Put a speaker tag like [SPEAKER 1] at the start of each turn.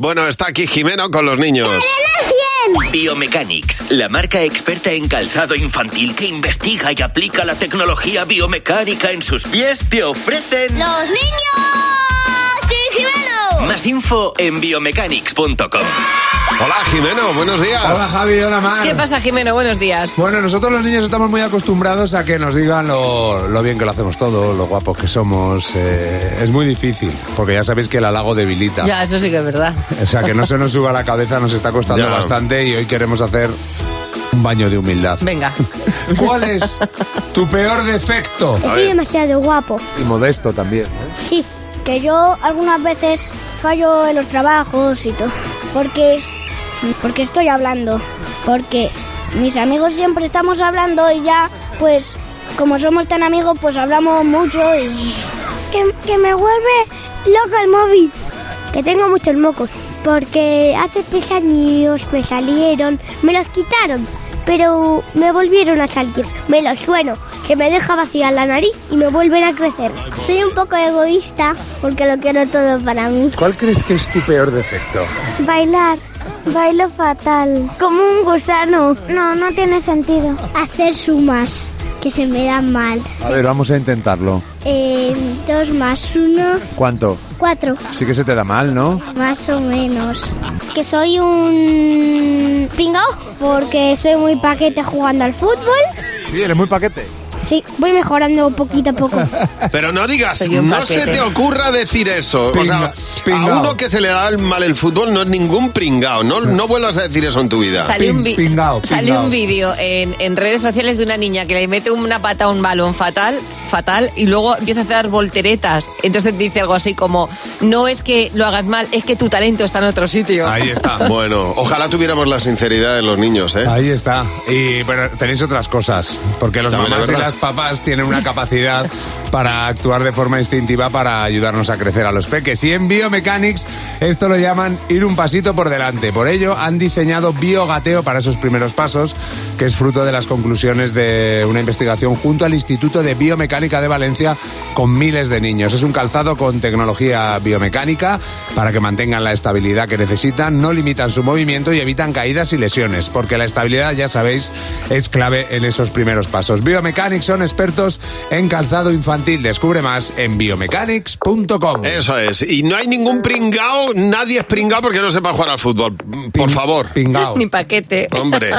[SPEAKER 1] Bueno, está aquí Jimeno con los niños.
[SPEAKER 2] Biomechanics, la marca experta en calzado infantil que investiga y aplica la tecnología biomecánica en sus pies, te ofrecen
[SPEAKER 3] ¡Los niños! ¡Sí, Jimeno!
[SPEAKER 2] más info en biomechanics.com.
[SPEAKER 1] Hola Jimeno, buenos días.
[SPEAKER 4] Hola Javi, hola Mar.
[SPEAKER 5] ¿Qué pasa, Jimeno? Buenos días.
[SPEAKER 4] Bueno, nosotros los niños estamos muy acostumbrados a que nos digan lo, lo bien que lo hacemos todo, lo guapos que somos. eh, es muy difícil, porque ya sabéis que el halago debilita.
[SPEAKER 5] Ya, eso sí que es verdad.
[SPEAKER 4] O sea, que no se nos suba la cabeza nos está costando
[SPEAKER 1] Ya.
[SPEAKER 4] bastante y hoy queremos hacer un baño de humildad.
[SPEAKER 5] Venga.
[SPEAKER 4] ¿Cuál es tu peor defecto?
[SPEAKER 1] A
[SPEAKER 6] Soy
[SPEAKER 1] ver.
[SPEAKER 6] demasiado guapo.
[SPEAKER 4] Y modesto también. ¿eh?
[SPEAKER 6] Sí, que yo algunas veces fallo en los trabajos y todo. Porque, porque estoy hablando. Porque mis amigos siempre estamos hablando y ya, pues, como somos tan amigos, pues hablamos mucho y... Que, que me vuelve loca el móvil. Que tengo muchos mocos. Porque hace tres años me salieron, me los quitaron, pero me volvieron a salir. Me los sueno, se me deja vacía la nariz y me vuelven a crecer. Soy un poco egoísta porque lo quiero todo para mí.
[SPEAKER 4] ¿Cuál crees que es tu peor defecto?
[SPEAKER 6] Bailar. Bailo fatal, como un gusano. No, no tiene sentido. Hacer sumas, que se me dan mal. Eh,
[SPEAKER 4] A ver, vamos a intentarlo.
[SPEAKER 6] dos más uno,
[SPEAKER 4] ¿Cuánto?
[SPEAKER 6] cuatro.
[SPEAKER 4] Sí que se te da mal, ¿no?
[SPEAKER 6] Más o menos. Que soy un pringao porque soy muy paquete jugando al fútbol.
[SPEAKER 4] Sí, eres muy paquete.
[SPEAKER 6] Sí, voy mejorando poquito a poco.
[SPEAKER 1] Pero no digas,
[SPEAKER 5] Soy un
[SPEAKER 1] no
[SPEAKER 5] paquete.
[SPEAKER 1] se te ocurra decir eso. o sea,
[SPEAKER 4] Pinga- pingao.
[SPEAKER 1] a uno que se le da el- mal el fútbol no es ningún pringao. No, no vuelvas a decir eso en tu vida.
[SPEAKER 5] Salió un,
[SPEAKER 4] Pin-
[SPEAKER 5] vi-
[SPEAKER 4] pingao,
[SPEAKER 5] salió
[SPEAKER 4] pingao.
[SPEAKER 5] un vídeo en, en redes sociales de una niña que le mete una pata a un balón fatal, fatal, y luego empieza a hacer volteretas. Entonces dice algo así como, no es que lo hagas mal, es que tu talento está en otro sitio.
[SPEAKER 1] Ahí está. Bueno, ojalá tuviéramos la sinceridad de los niños, ¿eh?
[SPEAKER 4] Ahí está. Y pero tenéis otras cosas, porque los
[SPEAKER 1] También es
[SPEAKER 4] mamás y
[SPEAKER 1] verdad.
[SPEAKER 4] las papás tienen una capacidad para actuar de forma instintiva para ayudarnos a crecer a los peques. Y en Biomechanics esto lo llaman ir un pasito por delante. Por ello han diseñado Biogateo para esos primeros pasos, que es fruto de las conclusiones de una investigación junto al Instituto de Biomecánica de Valencia con miles de niños. Es un calzado con tecnología biomecánica para que mantengan la estabilidad que necesitan, no limitan su movimiento y evitan caídas y lesiones, porque la estabilidad, ya sabéis, es clave en esos primeros pasos. Biomechanics son expertos en calzado infantil. Descubre más en biomechanics.com.
[SPEAKER 1] Eso es. Y no hay ningún pringao, nadie es pringao porque no sepa jugar al fútbol. Por favor.
[SPEAKER 4] Pingao.
[SPEAKER 5] Ni paquete.
[SPEAKER 1] Hombre.